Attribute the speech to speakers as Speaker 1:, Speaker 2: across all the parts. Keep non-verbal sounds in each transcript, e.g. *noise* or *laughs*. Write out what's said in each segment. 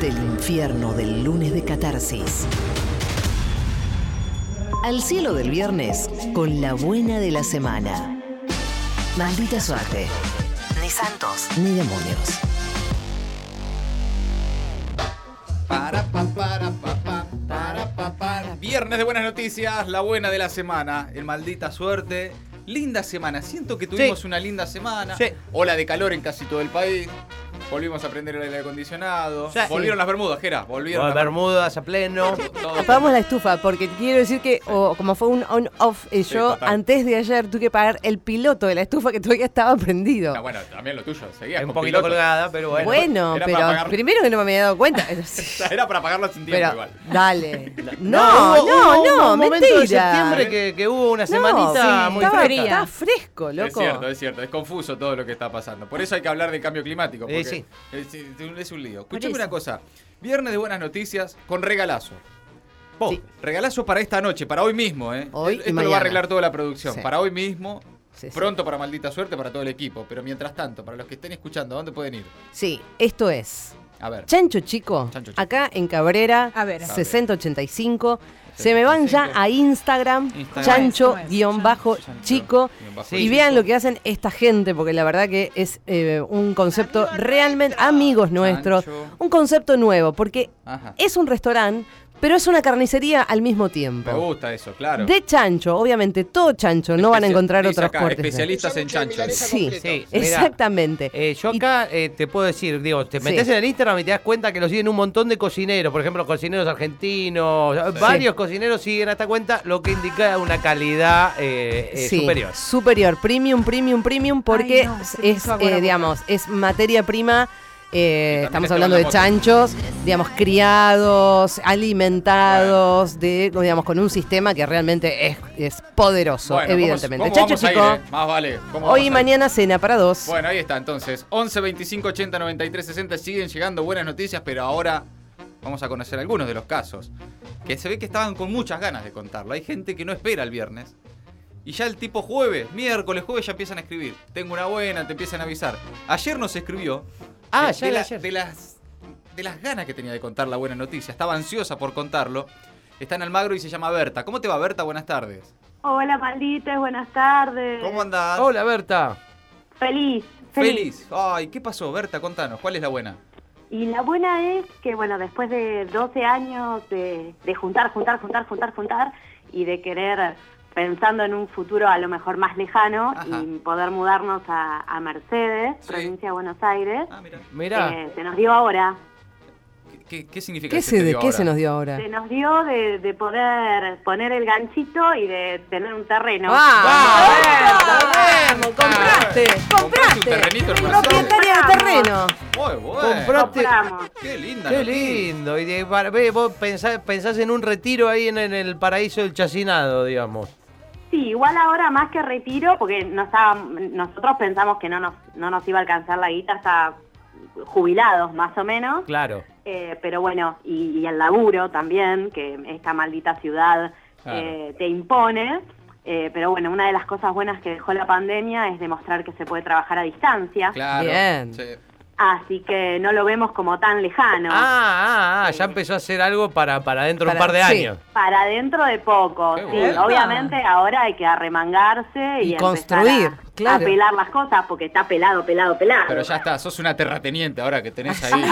Speaker 1: Del infierno del lunes de catarsis. Al cielo del viernes con la buena de la semana. Maldita suerte. Ni santos ni demonios.
Speaker 2: Para, pa, para, pa, pa, para, pa, para. Viernes de buenas noticias, la buena de la semana, el maldita suerte. Linda semana, siento que tuvimos
Speaker 3: Sí.
Speaker 2: una linda semana.
Speaker 3: Sí.
Speaker 2: Ola de calor en casi todo el país. Volvimos a prender el aire acondicionado.
Speaker 3: Sí.
Speaker 2: Volvieron las bermudas, Jera. Volvieron.
Speaker 3: Bueno,
Speaker 2: las
Speaker 3: Bermudas a pleno.
Speaker 2: bermudas. Todo.
Speaker 4: Apagamos la estufa porque quiero decir que o como fue un on-off, eh,
Speaker 2: Sí,
Speaker 4: yo
Speaker 2: total.
Speaker 4: antes de ayer tuve que pagar el piloto de la estufa que todavía estaba prendido.
Speaker 2: Ah, bueno, también lo tuyo. Seguías
Speaker 3: Un
Speaker 2: con
Speaker 3: poquito
Speaker 2: piloto.
Speaker 3: colgada, pero bueno.
Speaker 4: bueno,
Speaker 2: era para
Speaker 4: pero
Speaker 2: pagar-
Speaker 4: primero que no me había dado cuenta.
Speaker 2: *laughs* *laughs* Era para pagarlo sin tiempo
Speaker 4: pero
Speaker 2: igual.
Speaker 4: dale. No, no,
Speaker 3: hubo- hubo
Speaker 4: no,
Speaker 3: un momento de
Speaker 4: mentira.
Speaker 3: septiembre que, que hubo una
Speaker 4: No,
Speaker 3: semanita
Speaker 4: sí,
Speaker 3: muy
Speaker 4: estaba,
Speaker 3: fría.
Speaker 4: estaba fresco, loco.
Speaker 2: Es cierto, es cierto. Es confuso todo lo que está pasando. Por eso hay que hablar de cambio climático.
Speaker 3: Eh,
Speaker 2: Porque
Speaker 3: sí.
Speaker 2: es, es un- es un lío. Escuchame
Speaker 4: eso.
Speaker 2: una cosa. Viernes de buenas noticias con regalazo.
Speaker 3: Po.
Speaker 4: Sí.
Speaker 2: Regalazo para esta noche, para hoy mismo, ¿eh?
Speaker 4: Hoy y
Speaker 2: Esto lo va
Speaker 4: mañana.
Speaker 2: a arreglar toda la producción.
Speaker 4: Sí.
Speaker 2: Para hoy mismo,
Speaker 4: Sí, sí.
Speaker 2: pronto para maldita suerte, para todo el equipo. Pero mientras tanto, para los que estén escuchando, ¿a dónde pueden ir?
Speaker 4: Sí, esto es.
Speaker 2: A ver.
Speaker 4: Chancho Chico,
Speaker 2: Chancho Chico.
Speaker 4: acá en Cabrera,
Speaker 5: A ver.
Speaker 4: 6085. Se me van ya a Instagram,
Speaker 2: Instagram.
Speaker 5: Cómo es, cómo es,
Speaker 4: chancho-chico.
Speaker 2: Chancho, guión bajo,
Speaker 4: Y
Speaker 2: chico.
Speaker 4: vean lo que hacen esta gente, porque la verdad que es eh, un concepto realmente amigos nuestros,
Speaker 2: Chancho. Ah.
Speaker 4: un concepto nuevo, porque
Speaker 2: Ajá.
Speaker 4: es un restaurante, pero es una carnicería al mismo
Speaker 2: Me
Speaker 4: tiempo.
Speaker 2: gusta eso, claro.
Speaker 4: De chancho, obviamente, todo chancho, no van a
Speaker 2: Especia-
Speaker 4: encontrar
Speaker 2: dice
Speaker 4: otros
Speaker 2: acá,
Speaker 4: cortes. de-
Speaker 2: Especialistas en chancho.
Speaker 4: Sí,
Speaker 3: Sí, mira,
Speaker 4: exactamente.
Speaker 3: eh, yo
Speaker 4: Y-
Speaker 3: acá eh, te puedo decir, digo, te metes
Speaker 4: Sí.
Speaker 3: en el Instagram y te das cuenta que lo siguen un montón de cocineros, por ejemplo, cocineros argentinos, varios cocineros siguen a esta cuenta, lo que indica una calidad eh, eh,
Speaker 4: Sí,
Speaker 3: superior.
Speaker 4: Superior, premium, premium, premium, porque
Speaker 5: Ay, no, se me
Speaker 4: es,
Speaker 5: hizo agua
Speaker 4: eh,
Speaker 5: la boca.
Speaker 4: digamos, es materia prima. eh,
Speaker 2: Y también
Speaker 4: estamos
Speaker 2: está
Speaker 4: hablando de
Speaker 2: hablando de
Speaker 4: chanchos, digamos, criados, alimentados, de, digamos, con un sistema que realmente es, es poderoso,
Speaker 2: Bueno, ¿cómo-
Speaker 4: evidentemente.
Speaker 2: cómo
Speaker 4: Chancho
Speaker 2: vamos a ir,
Speaker 4: chico,
Speaker 2: eh? Más vale. ¿cómo
Speaker 4: hoy
Speaker 2: vamos a
Speaker 4: y
Speaker 2: ir?
Speaker 4: mañana cena para dos.
Speaker 2: Bueno, ahí está entonces. 11 25 80 93 60 siguen llegando buenas noticias, pero ahora vamos a conocer algunos de los casos que se ve que estaban con muchas ganas de contarlo. Hay gente que no espera el viernes. Y ya el tipo jueves, miércoles, jueves ya empiezan a escribir. Tengo una buena, te empiezan a avisar. Ayer nos escribió.
Speaker 3: Ah,
Speaker 2: de-
Speaker 3: ya
Speaker 2: de,
Speaker 3: era
Speaker 2: la-
Speaker 3: ayer.
Speaker 2: de las de las ganas que tenía de contar la buena noticia. Estaba ansiosa por contarlo. Está en Almagro y se llama Berta. ¿Cómo te va Berta? Buenas tardes.
Speaker 6: Hola, malditas, buenas tardes.
Speaker 2: ¿Cómo andás?
Speaker 3: Hola Berta.
Speaker 6: Feliz, feliz.
Speaker 2: Feliz. Ay, ¿qué pasó, Berta? Contanos, ¿cuál es la buena?
Speaker 6: Y la buena es que, bueno, después de 12 años de, de juntar, juntar, juntar, juntar, juntar y de querer pensando en un futuro a lo mejor más lejano
Speaker 2: Ajá.
Speaker 6: y poder mudarnos a, a Mercedes,
Speaker 2: Sí.
Speaker 6: provincia de Buenos Aires,
Speaker 2: Ah, mira.
Speaker 3: Mirá,
Speaker 6: eh, se nos dio ahora.
Speaker 2: ¿Qué- ¿Qué, qué significa
Speaker 4: ¿Qué,
Speaker 2: ese te
Speaker 4: se, de-
Speaker 2: digo
Speaker 4: ¿qué
Speaker 2: ahora?
Speaker 4: se nos dio ahora?
Speaker 6: Se nos dio de, de poder poner el ganchito y de tener un terreno.
Speaker 2: Ah,
Speaker 4: ¡Vamos!
Speaker 2: ¡Vamos,
Speaker 4: ¡Compraste!
Speaker 2: Compraste Ah, un terrenito
Speaker 4: ¡Compraste!
Speaker 2: en
Speaker 4: ¡Propietaria de
Speaker 6: Mercedes.
Speaker 4: terreno!
Speaker 2: Muy bueno.
Speaker 3: compraste.
Speaker 6: Compramos.
Speaker 2: Qué linda.
Speaker 3: Qué
Speaker 2: noticia.
Speaker 3: lindo. Y de- para- ve, vos pensás, pensás en un retiro ahí en, en el paraíso del chacinado, digamos.
Speaker 6: Sí, igual ahora más que retiro, porque no estábamos- nosotros pensamos que no nos, no nos iba a alcanzar la guita hasta jubilados más o menos,
Speaker 3: Claro.
Speaker 6: Eh, pero bueno, y, y el laburo también, que esta maldita ciudad
Speaker 2: Claro.
Speaker 6: eh, te impone, Eh, pero bueno, una de las cosas buenas que dejó la pandemia es demostrar que se puede trabajar a distancia,
Speaker 2: Claro.
Speaker 4: Bien.
Speaker 2: Sí.
Speaker 6: así que no lo vemos como tan lejano,
Speaker 3: Ah, ah, ah, ya empezó a hacer algo para, para dentro de un
Speaker 4: Para-
Speaker 3: par de
Speaker 4: sí.
Speaker 3: años.
Speaker 6: para dentro de poco,
Speaker 2: Qué
Speaker 6: sí,
Speaker 2: bueno.
Speaker 6: obviamente ahora hay que arremangarse y,
Speaker 4: Y
Speaker 6: empezar
Speaker 4: construir,
Speaker 6: a- a,
Speaker 4: claro.
Speaker 6: pelar las cosas, porque está pelado, pelado, pelado.
Speaker 2: Pero ya está, sos una terrateniente ahora que tenés ahí.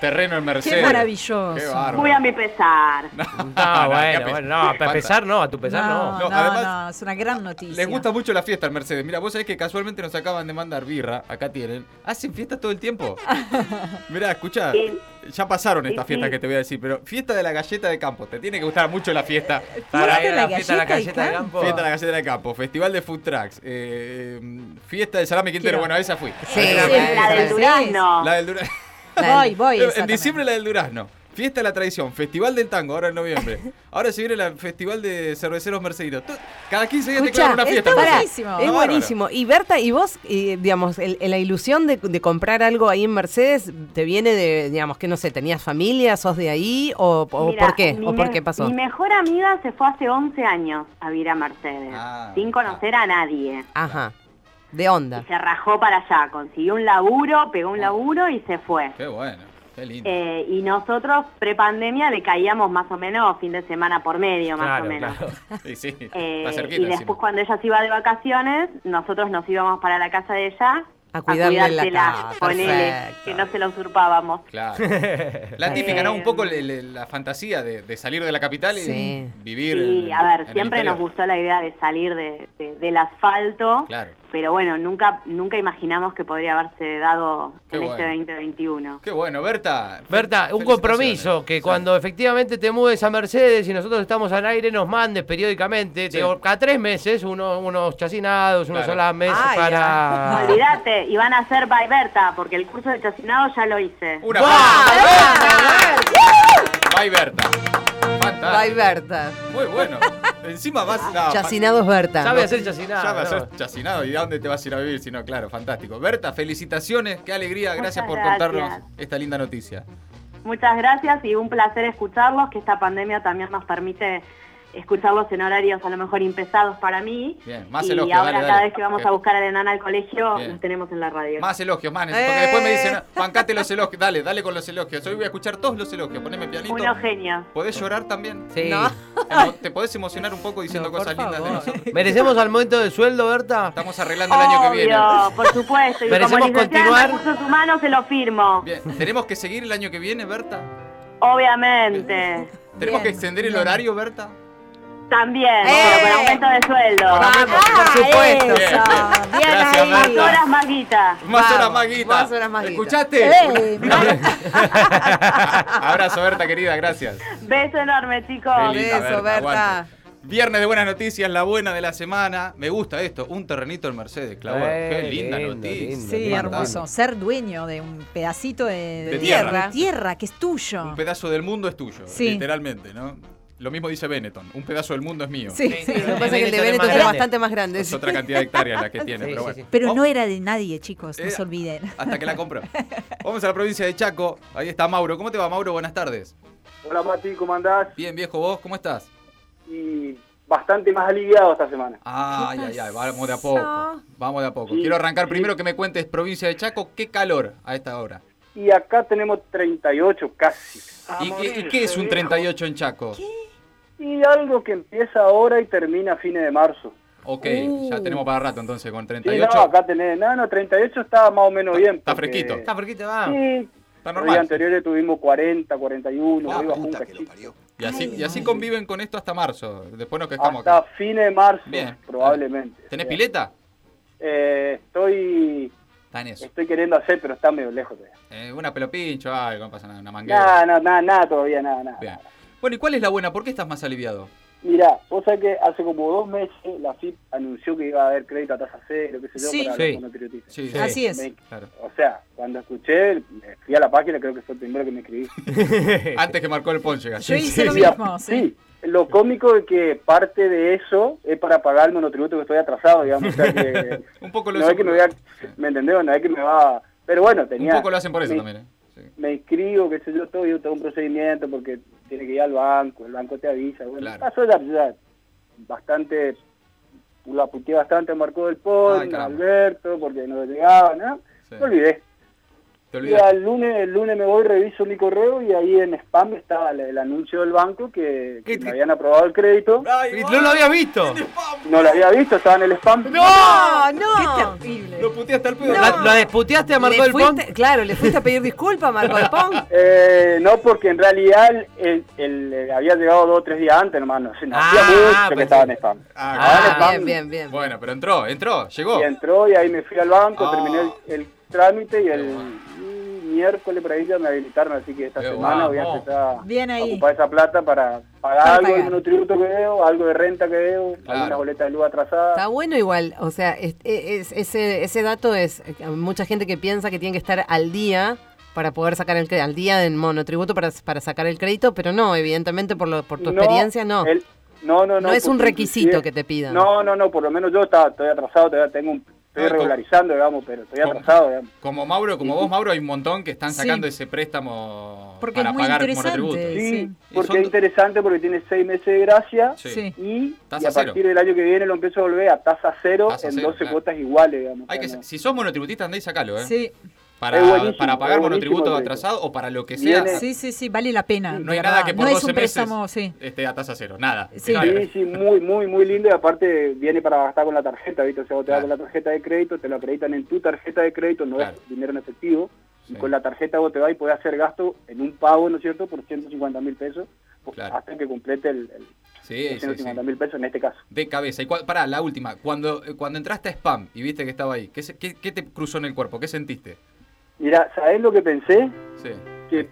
Speaker 2: Terreno en Mercedes.
Speaker 5: Qué maravilloso.
Speaker 2: Qué bárbaro.
Speaker 6: Muy a mi pesar.
Speaker 3: No,
Speaker 2: no, qué
Speaker 3: bueno,
Speaker 2: apes-
Speaker 3: bueno, no,
Speaker 2: qué
Speaker 3: a pesar no, a tu pesar Pues no.
Speaker 5: no,
Speaker 2: No,
Speaker 5: no,
Speaker 2: además-
Speaker 5: no, es una gran noticia.
Speaker 2: Les gusta mucho la fiesta en Mercedes. Mira, vos sabés que casualmente nos acaban de mandar birra. Acá tienen. Hacen fiestas todo el tiempo. Mirá, escuchá.
Speaker 6: Sí.
Speaker 2: Ya pasaron
Speaker 6: Sí,
Speaker 2: estas fiestas
Speaker 6: sí.
Speaker 2: que te voy a decir, pero fiesta de la galleta de campo. Te tiene que gustar mucho la fiesta.
Speaker 3: Para ir a la
Speaker 5: la
Speaker 3: fiesta de la
Speaker 5: galleta y
Speaker 3: galleta de campo.
Speaker 2: Fiesta de la galleta de campo, festival de food trucks, eh, mm, fiesta de salame quintero.
Speaker 5: Quiero.
Speaker 2: Bueno, esa fui.
Speaker 4: Sí,
Speaker 2: Esa
Speaker 4: sí,
Speaker 2: fui.
Speaker 4: sí,
Speaker 6: la del
Speaker 4: sí.
Speaker 6: durazno.
Speaker 2: La del Durazno.
Speaker 5: Voy, voy.
Speaker 2: *laughs*
Speaker 5: esa
Speaker 2: en
Speaker 5: también.
Speaker 2: diciembre la del Durazno. Fiesta de la tradición, festival del tango, ahora en noviembre. Ahora se viene el festival de cerveceros mercedinos. Tú- Cada 15 días te
Speaker 4: Escuchá,
Speaker 2: clavan una fiesta.
Speaker 5: está
Speaker 2: en Mercedes.
Speaker 5: buenísimo.
Speaker 4: Es
Speaker 2: Está bárbaro.
Speaker 4: buenísimo. Y Berta, y vos, eh, digamos, el- el- la ilusión de, de comprar algo ahí en Mercedes, ¿te viene de, digamos, que no sé, tenías familia, sos de ahí? ¿O, o
Speaker 6: Mira,
Speaker 4: por qué?
Speaker 6: mi
Speaker 4: ¿O por
Speaker 6: me-
Speaker 4: qué pasó?
Speaker 6: Mi mejor amiga se fue hace 11 años a vivir a Mercedes,
Speaker 2: Ah,
Speaker 6: sin conocer a nadie.
Speaker 4: Ajá. De onda.
Speaker 6: Y se rajó para allá, consiguió un laburo, pegó un laburo y se fue.
Speaker 2: Ah. Qué bueno. Qué lindo.
Speaker 6: Eh, y nosotros, pre-pandemia, le caíamos más o menos fin de semana por medio, más
Speaker 3: Claro,
Speaker 6: o menos.
Speaker 3: claro.
Speaker 2: Sí, sí,
Speaker 6: Eh,
Speaker 2: está cerquita
Speaker 6: y después
Speaker 2: encima.
Speaker 6: cuando ella se iba de vacaciones, nosotros nos íbamos para la casa de ella Ah,
Speaker 4: A cuidarle la casa,
Speaker 6: ponele,
Speaker 4: perfecto.
Speaker 6: que no se la usurpábamos.
Speaker 2: Claro.
Speaker 4: *laughs*
Speaker 2: La típica, ¿no? Un poco le-
Speaker 6: Eh,
Speaker 2: le- la fantasía de, de salir de la capital y
Speaker 4: Sí.
Speaker 2: vivir.
Speaker 6: Y
Speaker 2: en-
Speaker 6: a
Speaker 2: en
Speaker 6: ver,
Speaker 2: el
Speaker 6: siempre nos
Speaker 2: interior.
Speaker 6: gustó la idea de salir de- de- del asfalto,
Speaker 2: Claro.
Speaker 6: pero bueno, nunca nunca imaginamos que podría haberse dado
Speaker 2: Qué
Speaker 6: en este
Speaker 2: bueno.
Speaker 6: 2021.
Speaker 2: Qué bueno, Berta.
Speaker 3: Berta, un
Speaker 2: Felicitaciones.
Speaker 3: compromiso que
Speaker 2: Sí.
Speaker 3: cuando efectivamente te mudes a Mercedes y nosotros estamos al aire nos mandes periódicamente,
Speaker 2: Sí.
Speaker 3: digo, cada tres meses, uno- unos chacinados, unos
Speaker 2: Claro.
Speaker 3: salames
Speaker 4: Ay,
Speaker 2: Ah.
Speaker 3: para... *laughs*
Speaker 6: Olvídate, y van a ser by Berta, porque el curso de chacinado ya lo hice.
Speaker 2: Una Bye, Berta. Fantástico.
Speaker 4: Bye, Berta.
Speaker 2: Muy bueno. Encima vas. no,
Speaker 4: Chacinados Berta.
Speaker 3: Sabe hacer
Speaker 2: fa-
Speaker 3: chacinado.
Speaker 2: Ya vas a
Speaker 3: ¿no?
Speaker 2: ser chacinado. ¿Y a dónde te vas a ir a vivir? Si no, claro, fantástico. Berta, felicitaciones. Qué alegría. Gracias
Speaker 6: Muchas
Speaker 2: por
Speaker 6: gracias.
Speaker 2: contarnos esta linda noticia.
Speaker 6: Muchas gracias y un placer escucharlos, que esta pandemia también nos permite escucharlos en horarios a lo mejor impesados para mí.
Speaker 2: Bien, más
Speaker 6: y
Speaker 2: elogio,
Speaker 6: ahora
Speaker 2: dale,
Speaker 6: cada
Speaker 2: dale.
Speaker 6: vez que vamos
Speaker 2: Bien.
Speaker 6: a buscar a la enana al colegio,
Speaker 2: Bien.
Speaker 6: los tenemos en la radio.
Speaker 2: Más elogios, más. Porque
Speaker 4: Eh.
Speaker 2: después me dicen, bancate los elogios. Dale, dale con los elogios. Hoy voy a escuchar todos los elogios. Poneme pianito.
Speaker 6: Unos genios.
Speaker 2: ¿Podés llorar también?
Speaker 3: Sí.
Speaker 4: No.
Speaker 2: Emo- ¿Te podés emocionar un poco diciendo
Speaker 4: No, por
Speaker 2: cosas lindas de
Speaker 4: favor.
Speaker 2: nosotros?
Speaker 3: ¿Merecemos aumento de sueldo, Berta?
Speaker 2: Estamos arreglando el año que viene.
Speaker 6: Obvio, por supuesto. Y como
Speaker 3: Merecemos
Speaker 6: licenciada
Speaker 3: continuar.
Speaker 6: en recursos humanos se lo firmo.
Speaker 2: Bien, ¿tenemos que seguir el año que viene, Berta?
Speaker 6: Obviamente.
Speaker 2: ¿Tenemos
Speaker 5: Bien,
Speaker 2: que extender el
Speaker 5: bien.
Speaker 2: horario, Berta?
Speaker 6: También,
Speaker 4: ¡Eh!
Speaker 6: pero con aumento de sueldo.
Speaker 4: por
Speaker 5: eh.
Speaker 4: supuesto.
Speaker 5: Ah, Eso, bien
Speaker 2: Gracias,
Speaker 5: ahí.
Speaker 6: Más horas más guita.
Speaker 2: Más
Speaker 4: Vamos,
Speaker 2: horas más guita.
Speaker 4: más horas más guita.
Speaker 2: ¿Escuchaste?
Speaker 5: Eh,
Speaker 2: Un abra- *laughs* Abrazo, Berta, querida, gracias.
Speaker 6: Beso enorme, chicos.
Speaker 2: Qué linda,
Speaker 4: beso, Berta.
Speaker 2: aguante. Viernes de buenas noticias, la buena de la semana. Me gusta esto, un terrenito en Mercedes, Clau.
Speaker 3: Eh,
Speaker 2: Qué linda
Speaker 3: lindo,
Speaker 2: noticia.
Speaker 3: lindo,
Speaker 5: Sí,
Speaker 3: lindo.
Speaker 5: hermoso. Ser dueño de un pedacito de,
Speaker 2: De
Speaker 4: tierra.
Speaker 5: de tierra, que es tuyo.
Speaker 2: Un pedazo del mundo es tuyo,
Speaker 5: Sí.
Speaker 2: literalmente, ¿no? Lo mismo dice Benetton, un pedazo del mundo es mío.
Speaker 5: Sí,
Speaker 4: Lo
Speaker 5: sí.
Speaker 4: que pasa es que el de
Speaker 3: Benetton es
Speaker 4: Benetton
Speaker 3: más
Speaker 4: es
Speaker 3: grande.
Speaker 4: bastante más grande.
Speaker 2: Es otra cantidad de hectáreas la que tiene,
Speaker 3: Sí,
Speaker 2: pero
Speaker 3: sí,
Speaker 2: bueno.
Speaker 3: sí.
Speaker 5: Pero
Speaker 2: Vamos-
Speaker 5: no era de nadie, chicos, no
Speaker 2: Oh. Era- *laughs*
Speaker 5: se olviden.
Speaker 2: Hasta que la compró. Vamos a la provincia de Chaco. Ahí está Mauro. ¿Cómo te va, Mauro? Buenas tardes.
Speaker 7: Hola Mati, ¿cómo andás?
Speaker 2: Bien, viejo, ¿vos cómo estás?
Speaker 7: Y bastante más aliviado esta semana.
Speaker 2: Ay, ay, ay, vamos de a
Speaker 5: pasó?
Speaker 2: poco. Vamos de a poco.
Speaker 7: Sí,
Speaker 2: Quiero arrancar
Speaker 7: sí.
Speaker 2: primero que me cuentes, provincia de Chaco, qué calor a esta hora.
Speaker 7: Y acá tenemos 38 casi.
Speaker 2: ¿Y, y- y qué es un 38 en Chaco?
Speaker 7: Y algo que empieza ahora y termina a fines de marzo.
Speaker 2: Ok, ya tenemos para rato entonces con
Speaker 7: Uh. Sí, no,
Speaker 2: 38.
Speaker 7: acá tenés, no, no, 38 está más o menos bien.
Speaker 2: está
Speaker 7: porque-
Speaker 2: fresquito.
Speaker 3: Está fresquito, va.
Speaker 7: Sí,
Speaker 2: Está
Speaker 7: los días
Speaker 2: normal.
Speaker 7: anteriores tuvimos 40, 41,
Speaker 2: Ah,
Speaker 7: iba un
Speaker 8: Puta que lo
Speaker 7: cachito.
Speaker 8: parió.
Speaker 2: Y así, y así conviven con esto hasta marzo. Después nos que estamos
Speaker 7: Hasta
Speaker 2: acá.
Speaker 7: fines de marzo,
Speaker 2: Bien.
Speaker 7: probablemente.
Speaker 2: ¿Tenés
Speaker 7: Bien.
Speaker 2: pileta?
Speaker 7: Eh, estoy,
Speaker 2: Está en eso.
Speaker 7: estoy queriendo hacer, pero está medio lejos todavía.
Speaker 2: Eh, una pelopincho, algo, no pasa nada, una manguera.
Speaker 7: Nada, nada, nada, nada todavía, nada, nada.
Speaker 2: Bien. Bueno, ¿y cuál es la buena? ¿Por qué estás más aliviado?
Speaker 7: Mirá, vos sabés que hace como dos meses la FIP anunció que iba a haber crédito a tasa cero, qué sé yo,
Speaker 5: Sí.
Speaker 7: para
Speaker 3: Sí.
Speaker 7: los monotriotistas.
Speaker 2: Sí,
Speaker 3: Sí.
Speaker 5: Así es.
Speaker 7: Me-
Speaker 2: claro.
Speaker 7: o sea, cuando escuché, me fui a la página, creo que fue el primero que me escribí.
Speaker 2: Antes que marcó el ponche,
Speaker 5: Yo
Speaker 2: gallo.
Speaker 5: *laughs* hice lo
Speaker 7: Mirá,
Speaker 5: mismo, sí.
Speaker 7: lo cómico es que parte de eso es para pagar el monotributo que estoy atrasado, digamos. O sea que
Speaker 2: *laughs* Un poco lo
Speaker 7: no es
Speaker 2: hacen
Speaker 7: que me
Speaker 2: por-
Speaker 7: voy a, ¿me entendés? No es que me va... Pero bueno, tenía...
Speaker 2: Un poco lo hacen por eso
Speaker 7: me-
Speaker 2: también. ¿eh? Sí,
Speaker 7: Me inscribo, qué sé yo, todo, y todo un procedimiento porque tiene que ir al banco, el banco te avisa. Bueno,
Speaker 2: Claro.
Speaker 7: pasó ya, ya bastante, la puteé bastante, marcó del
Speaker 2: Ay,
Speaker 7: PON,
Speaker 2: caramba.
Speaker 7: Alberto, porque no llegaba, ¿no?
Speaker 2: sí.
Speaker 7: Me olvidé.
Speaker 2: Te
Speaker 7: Y
Speaker 2: olvidas.
Speaker 7: al lunes, el lunes me voy, reviso mi correo y ahí en spam estaba el, el anuncio del banco que, que
Speaker 3: ¿Qué- qué?
Speaker 7: me habían aprobado el crédito.
Speaker 3: Y No lo había visto.
Speaker 7: No lo había visto, estaba en el spam.
Speaker 4: No, no.
Speaker 2: Lo puteaste al pedo.
Speaker 3: ¿La, la desputeaste a Marco
Speaker 4: Le
Speaker 3: del Pont?
Speaker 4: fuiste- Claro, le fuiste a pedir disculpas a Marco del Pont.
Speaker 7: Eh, no, porque en realidad el, el- el- había llegado dos o tres días antes, hermano. No,
Speaker 3: Ah,
Speaker 7: hacía mucho
Speaker 3: pensé-
Speaker 7: que estaba en spam.
Speaker 2: Ah,
Speaker 7: Ahora
Speaker 4: Ah,
Speaker 7: está-
Speaker 4: bien, bien, bien.
Speaker 2: Bueno, pero entró, entró, llegó.
Speaker 7: Y entró y ahí me fui al banco,
Speaker 2: Ah.
Speaker 7: terminé el, el trámite y
Speaker 2: Qué
Speaker 7: el
Speaker 2: bueno.
Speaker 7: y miércoles por ahí ya me habilitaron, así que esta
Speaker 2: Qué
Speaker 7: semana voy a
Speaker 2: bueno.
Speaker 7: empezar
Speaker 5: Bien
Speaker 7: a
Speaker 5: ahí.
Speaker 7: ocupar esa plata para pagar
Speaker 5: Para
Speaker 7: algo de
Speaker 5: pagar.
Speaker 7: monotributo que veo, algo de renta que veo,
Speaker 2: Claro.
Speaker 7: alguna boleta de luz atrasada.
Speaker 4: Está bueno igual, o sea, es- es- ese, ese dato es eh, mucha gente que piensa que tiene que estar al día para poder sacar el crédito, al día en monotributo para, para sacar el crédito, pero no, evidentemente por, lo, por tu
Speaker 7: No,
Speaker 4: experiencia no.
Speaker 7: el- no, no, no.
Speaker 4: No es un
Speaker 7: porque
Speaker 4: requisito
Speaker 7: inclusive-
Speaker 4: que te pidan.
Speaker 7: No, no, no, por lo menos yo estaba, estoy atrasado, todavía tengo un- estoy
Speaker 2: Ay, ¿cómo?
Speaker 7: regularizando, digamos, pero estoy
Speaker 2: ¿Cómo?
Speaker 7: atrasado, digamos.
Speaker 2: Como Mauro, como vos, Mauro, hay un montón que están
Speaker 5: Sí.
Speaker 2: sacando ese préstamo
Speaker 5: Porque
Speaker 2: para
Speaker 5: es muy
Speaker 2: pagar
Speaker 5: interesante.
Speaker 2: monotributo.
Speaker 7: Sí,
Speaker 5: Sí.
Speaker 2: Y
Speaker 7: porque
Speaker 2: son
Speaker 7: es
Speaker 2: do-
Speaker 7: interesante porque tiene seis meses de gracia
Speaker 2: Sí.
Speaker 5: Sí.
Speaker 7: y, y
Speaker 2: Tasa
Speaker 7: a
Speaker 2: cero.
Speaker 7: partir del año que viene lo empiezo a volver a tasa cero
Speaker 2: Tasa
Speaker 7: en
Speaker 2: cero,
Speaker 7: 12
Speaker 2: claro.
Speaker 7: cuotas iguales, digamos.
Speaker 2: Hay
Speaker 7: o
Speaker 2: que,
Speaker 7: sea, no-
Speaker 2: si sos monotributista, andá y sacalo, ¿eh?
Speaker 5: Sí.
Speaker 2: para,
Speaker 7: Es buenísimo,
Speaker 2: para pagar
Speaker 7: es buenísimo el
Speaker 2: monotributo
Speaker 7: crédito.
Speaker 2: atrasado o para lo que sea.
Speaker 7: Viene-
Speaker 5: Sí, sí, sí, vale la pena.
Speaker 2: No
Speaker 5: de
Speaker 2: hay nada
Speaker 5: verdad.
Speaker 2: que por
Speaker 5: No es
Speaker 2: 12
Speaker 5: un préstamo,
Speaker 2: meses
Speaker 5: sí.
Speaker 2: esté este, a tasa cero, nada.
Speaker 5: Sí.
Speaker 2: Te
Speaker 7: Sí,
Speaker 2: cagas.
Speaker 7: sí, muy, muy, muy lindo y aparte viene para gastar con la tarjeta, ¿viste? O sea, vos te vas
Speaker 2: Claro.
Speaker 7: con la tarjeta de crédito, te lo acreditan en tu tarjeta de crédito, no
Speaker 2: Claro.
Speaker 7: es dinero en efectivo.
Speaker 2: Sí.
Speaker 7: Y con la tarjeta vos te vas y podés hacer gasto en un pago, ¿no es cierto?, por 150 mil pesos, pues,
Speaker 2: Claro.
Speaker 7: hasta que complete el, el
Speaker 2: Sí, sí, sí.
Speaker 7: 150 mil pesos en este caso.
Speaker 2: De cabeza. Y cua- pará, la última. Cuando, eh, cuando entraste a spam y viste que estaba ahí, ¿qué, se- qué- qué te cruzó en el cuerpo? ¿Qué sentiste?
Speaker 7: Mira, ¿sabés lo que pensé?
Speaker 2: Sí.
Speaker 7: que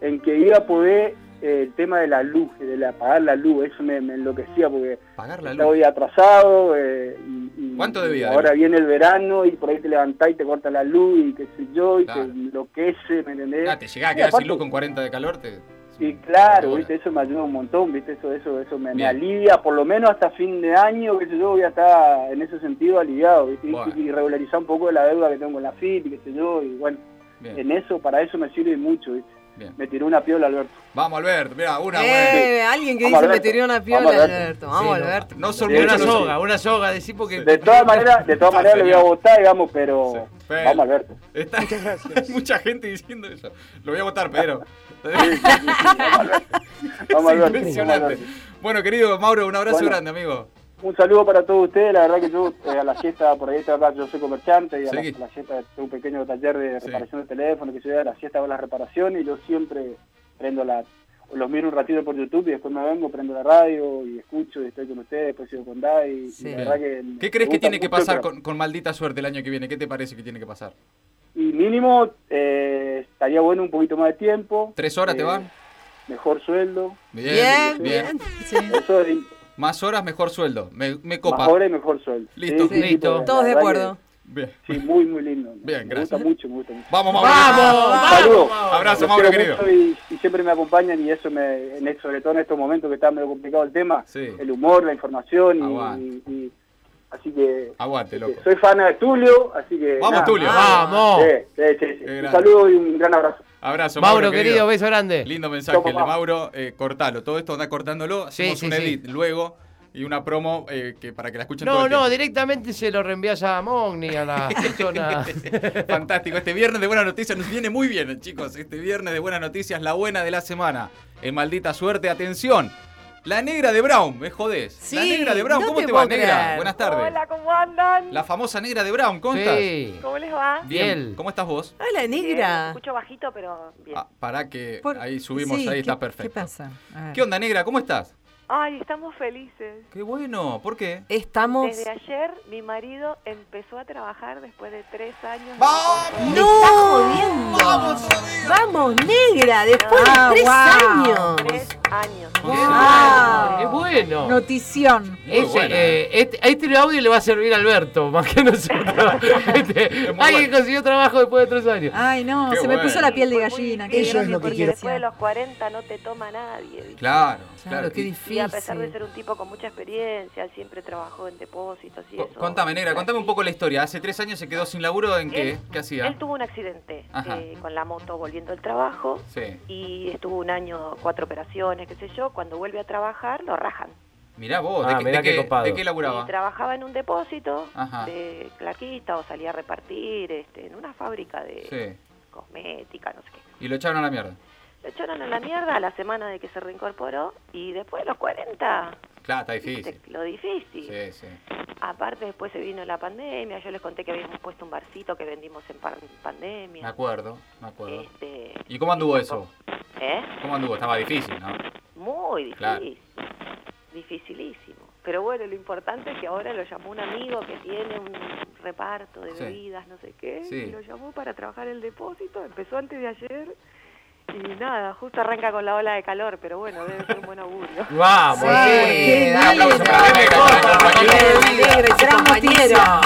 Speaker 7: en que iba a poder eh, el tema de la luz, de la, pagar la luz, eso me, me enloquecía porque
Speaker 2: Pagar la
Speaker 7: estaba
Speaker 2: luz.
Speaker 7: atrasado eh, y, y-
Speaker 2: ¿Cuánto debía
Speaker 7: y
Speaker 2: de
Speaker 7: ahora
Speaker 2: luz?
Speaker 7: viene el verano y por ahí te levantás y te corta la luz y qué sé yo, y
Speaker 2: Claro.
Speaker 7: te enloquece, ¿me entendés?
Speaker 2: Ah, te llegaba a
Speaker 7: Y
Speaker 2: quedar
Speaker 7: aparte-
Speaker 2: sin luz con 40 de calor. Te...
Speaker 7: Y claro,
Speaker 2: Ahora.
Speaker 7: ¿viste? eso me ayuda un montón, ¿viste? eso eso eso me, me
Speaker 2: Bien.
Speaker 7: alivia, por lo menos hasta fin de año, que yo voy a estar en ese sentido aliviado, ¿viste? Y-
Speaker 2: Bueno.
Speaker 7: y regularizar un poco la deuda que tengo con la FIT, y qué sé yo, y bueno,
Speaker 2: Bien,
Speaker 7: en eso, para eso me sirve mucho, ¿viste?
Speaker 2: bien.
Speaker 7: me tiró una piola Alberto.
Speaker 2: Vamos, Alberto. Mira, una buena.
Speaker 4: Eh, alguien que
Speaker 7: Vamos,
Speaker 4: dice me
Speaker 7: Alberto.
Speaker 4: tiró una piola,
Speaker 7: Vamos,
Speaker 4: Alberto.
Speaker 7: Alberto.
Speaker 4: Vamos,
Speaker 2: Sí, no,
Speaker 4: Alberto.
Speaker 2: No,
Speaker 7: De
Speaker 2: sorprende
Speaker 3: Una
Speaker 7: hecho,
Speaker 2: no-
Speaker 3: soga, una soga, decí porque.
Speaker 7: De todas maneras, de todas
Speaker 2: Ah,
Speaker 7: maneras le voy a
Speaker 2: señor.
Speaker 7: votar, digamos, pero
Speaker 2: Sí. Pero-
Speaker 7: vamos Alberto.
Speaker 2: Está hay *laughs* mucha gente diciendo eso. Lo voy a votar,
Speaker 7: *laughs*
Speaker 2: Pedro.
Speaker 7: Vamos
Speaker 2: es
Speaker 7: Alberto. vamos,
Speaker 2: impresionante.
Speaker 7: Alberto.
Speaker 2: Bueno, querido Mauro, un abrazo
Speaker 7: Bueno.
Speaker 2: grande, amigo.
Speaker 7: Un saludo para todos ustedes, la verdad que yo eh, a la siesta, por ahí estoy acá, yo soy comerciante y a la,
Speaker 2: Sí.
Speaker 7: a la siesta tengo un pequeño taller de
Speaker 2: Sí.
Speaker 7: reparación de teléfono, que yo voy a la siesta hago las reparaciones y yo siempre prendo la, los miro un ratito por YouTube y después me vengo, prendo la radio y escucho y estoy con ustedes, después sigo con Dai y,
Speaker 4: Sí.
Speaker 7: y la verdad que... me
Speaker 2: ¿Qué crees que
Speaker 7: gusta
Speaker 2: tiene que
Speaker 7: mucho,
Speaker 2: pasar
Speaker 7: pero-
Speaker 2: con, con maldita suerte el año que viene? ¿Qué te parece que tiene que pasar?
Speaker 7: Y mínimo eh, estaría bueno un poquito más de tiempo.
Speaker 2: ¿Tres horas te
Speaker 7: eh,
Speaker 2: van?
Speaker 7: Mejor sueldo.
Speaker 4: Bien, bien.
Speaker 7: Eso es
Speaker 2: Más horas, mejor sueldo. Me, me copa.
Speaker 7: Mejor y mejor sueldo.
Speaker 2: Listo.
Speaker 3: Listo.
Speaker 7: porque la
Speaker 4: Todos de
Speaker 7: verdad
Speaker 4: acuerdo.
Speaker 2: Bien.
Speaker 7: que- Sí, muy, muy lindo.
Speaker 2: Bien,
Speaker 7: me
Speaker 2: gracias.
Speaker 7: gusta mucho, me gusta mucho.
Speaker 2: Vamos, Mauro.
Speaker 3: ¡Vamos!
Speaker 7: Saludos.
Speaker 2: Abrazo,
Speaker 7: Los
Speaker 2: Mauro,
Speaker 7: quiero
Speaker 2: querido.
Speaker 7: mucho Y, y siempre me acompañan y eso, me, en, esto- sobre todo en estos momentos que está medio complicado el tema,
Speaker 2: Sí.
Speaker 7: el humor, la información.
Speaker 2: Aguante.
Speaker 7: Y, y- así que
Speaker 2: Aguante, loco.
Speaker 7: soy fan de Tulio, así que...
Speaker 2: Vamos,
Speaker 7: nada.
Speaker 2: Tulio.
Speaker 3: ¡Vamos!
Speaker 7: Sí, sí, sí,
Speaker 2: Qué
Speaker 7: sí.
Speaker 2: grande.
Speaker 7: Un saludo y un gran abrazo.
Speaker 2: Abrazo,
Speaker 3: Mauro, querido, beso grande.
Speaker 2: Lindo mensaje
Speaker 7: Chau,
Speaker 2: el de
Speaker 7: papá.
Speaker 2: Mauro. Eh, cortalo. Todo esto anda cortándolo. Hacemos
Speaker 3: sí,
Speaker 2: un
Speaker 3: sí.
Speaker 2: edit luego y una promo eh, que para que la escuchen todo
Speaker 3: No,
Speaker 2: el
Speaker 3: no,
Speaker 2: tiempo.
Speaker 3: directamente se lo reenvías a Mogni, a *laughs* la persona.
Speaker 2: Fantástico. Este viernes de buenas noticias nos viene muy bien, chicos. Este viernes de buenas noticias, la buena de la semana. En maldita suerte, atención. La negra de Brown, me jodés. la
Speaker 4: Sí,
Speaker 2: negra de Brown,
Speaker 4: no
Speaker 2: ¿cómo
Speaker 4: te
Speaker 2: te, va,
Speaker 4: puedo
Speaker 2: negra?
Speaker 4: creer.
Speaker 2: Buenas tardes.
Speaker 6: Hola, ¿cómo andan?
Speaker 2: La famosa negra de Brown, ¿contas?
Speaker 3: Sí.
Speaker 6: ¿Cómo les va?
Speaker 2: Bien.
Speaker 3: Bien.
Speaker 2: ¿Cómo estás vos?
Speaker 4: Ah, la
Speaker 6: Bien, los
Speaker 4: negra.
Speaker 6: escucho bajito, pero bien.
Speaker 2: Ah, para que
Speaker 5: Por-
Speaker 2: ahí subimos,
Speaker 5: sí,
Speaker 2: ahí está
Speaker 5: ¿qué-
Speaker 2: perfecto.
Speaker 5: ¿Qué pasa? A ver.
Speaker 2: ¿Qué onda, negra? ¿Cómo estás?
Speaker 6: Ay, estamos felices.
Speaker 2: Qué bueno, ¿por qué?
Speaker 4: Estamos.
Speaker 6: Desde ayer mi marido empezó a trabajar después de tres años. de-
Speaker 2: ¡Vamos!
Speaker 4: ¡Está jodiendo!
Speaker 2: ¡Vamos todavía!
Speaker 4: ¡Vamos, negra! Después
Speaker 5: Ah,
Speaker 4: de tres
Speaker 5: guau.
Speaker 4: años.
Speaker 6: Tres años.
Speaker 5: Ah,
Speaker 4: Wow.
Speaker 3: Es bueno.
Speaker 5: Notición.
Speaker 2: Muy
Speaker 3: Ese,
Speaker 2: buena.
Speaker 3: eh, este, a este audio le va a servir a Alberto, *laughs* más que a nosotros. *laughs* Este,
Speaker 2: muy
Speaker 3: alguien
Speaker 2: bueno.
Speaker 3: consiguió trabajo después de tres años.
Speaker 5: Ay, no,
Speaker 2: Qué
Speaker 5: se
Speaker 2: bueno.
Speaker 5: me puso la piel de
Speaker 6: Fue muy
Speaker 5: gallina.
Speaker 6: difícil,
Speaker 5: Eso es lo
Speaker 6: porque
Speaker 5: que quiero.
Speaker 6: Después de los 40 no te toma nadie. ¿viste?
Speaker 2: Claro, claro.
Speaker 4: Claro, qué
Speaker 2: Y-
Speaker 6: Y a pesar de
Speaker 4: difícil.
Speaker 6: ser un tipo con mucha experiencia, siempre trabajó en depósitos y
Speaker 2: co-
Speaker 6: eso.
Speaker 2: contame, negra, contame un poco la historia. Hace tres años se quedó sin laburo, ¿en qué?
Speaker 6: Él-
Speaker 2: ¿Qué hacía?
Speaker 6: Él tuvo un accidente
Speaker 2: Ajá.
Speaker 6: eh, con la moto volviendo al trabajo
Speaker 2: Sí.
Speaker 6: y estuvo un año, cuatro operaciones, qué sé yo. Cuando vuelve a trabajar, lo rajan.
Speaker 2: Mirá vos, ¿de,
Speaker 3: Ah,
Speaker 2: qué,
Speaker 3: mirá
Speaker 2: de
Speaker 3: qué
Speaker 2: qué-
Speaker 3: copado.
Speaker 2: de qué laburaba?
Speaker 6: Y Eh, trabajaba en un depósito
Speaker 2: Ajá.
Speaker 6: de clarquista o salía a repartir este, en una fábrica de
Speaker 2: Sí.
Speaker 6: cosmética, no sé qué.
Speaker 2: Y lo echaron a la mierda.
Speaker 6: Lo echaron a la mierda a la semana de que se reincorporó y después de los 40,
Speaker 2: Claro, está
Speaker 6: viste,
Speaker 2: difícil.
Speaker 6: lo difícil.
Speaker 2: Sí, sí.
Speaker 6: Aparte después se vino la pandemia, yo les conté que habíamos puesto un barcito que vendimos en pan-
Speaker 2: Me
Speaker 6: pandemia.
Speaker 2: acuerdo, me acuerdo.
Speaker 6: Este,
Speaker 2: ¿Y cómo anduvo eso?
Speaker 6: ¿Eh?
Speaker 2: ¿Cómo anduvo? Estaba difícil, ¿no?
Speaker 6: Muy difícil.
Speaker 2: Claro.
Speaker 6: Dificilísimo. Pero bueno, lo importante es que ahora lo llamó un amigo que tiene un reparto de
Speaker 2: Sí.
Speaker 6: bebidas, no sé qué.
Speaker 2: Sí.
Speaker 6: y Lo llamó para trabajar el depósito. Empezó antes de ayer. Y nada, justo arranca con la ola de calor, pero bueno, debe ser un buen augurio.
Speaker 2: *laughs*
Speaker 3: Vamos.
Speaker 4: ¡Qué
Speaker 2: Un aplauso para la negra, para la compañera.
Speaker 4: negra y su
Speaker 5: Gran
Speaker 4: compañera!
Speaker 5: noticia.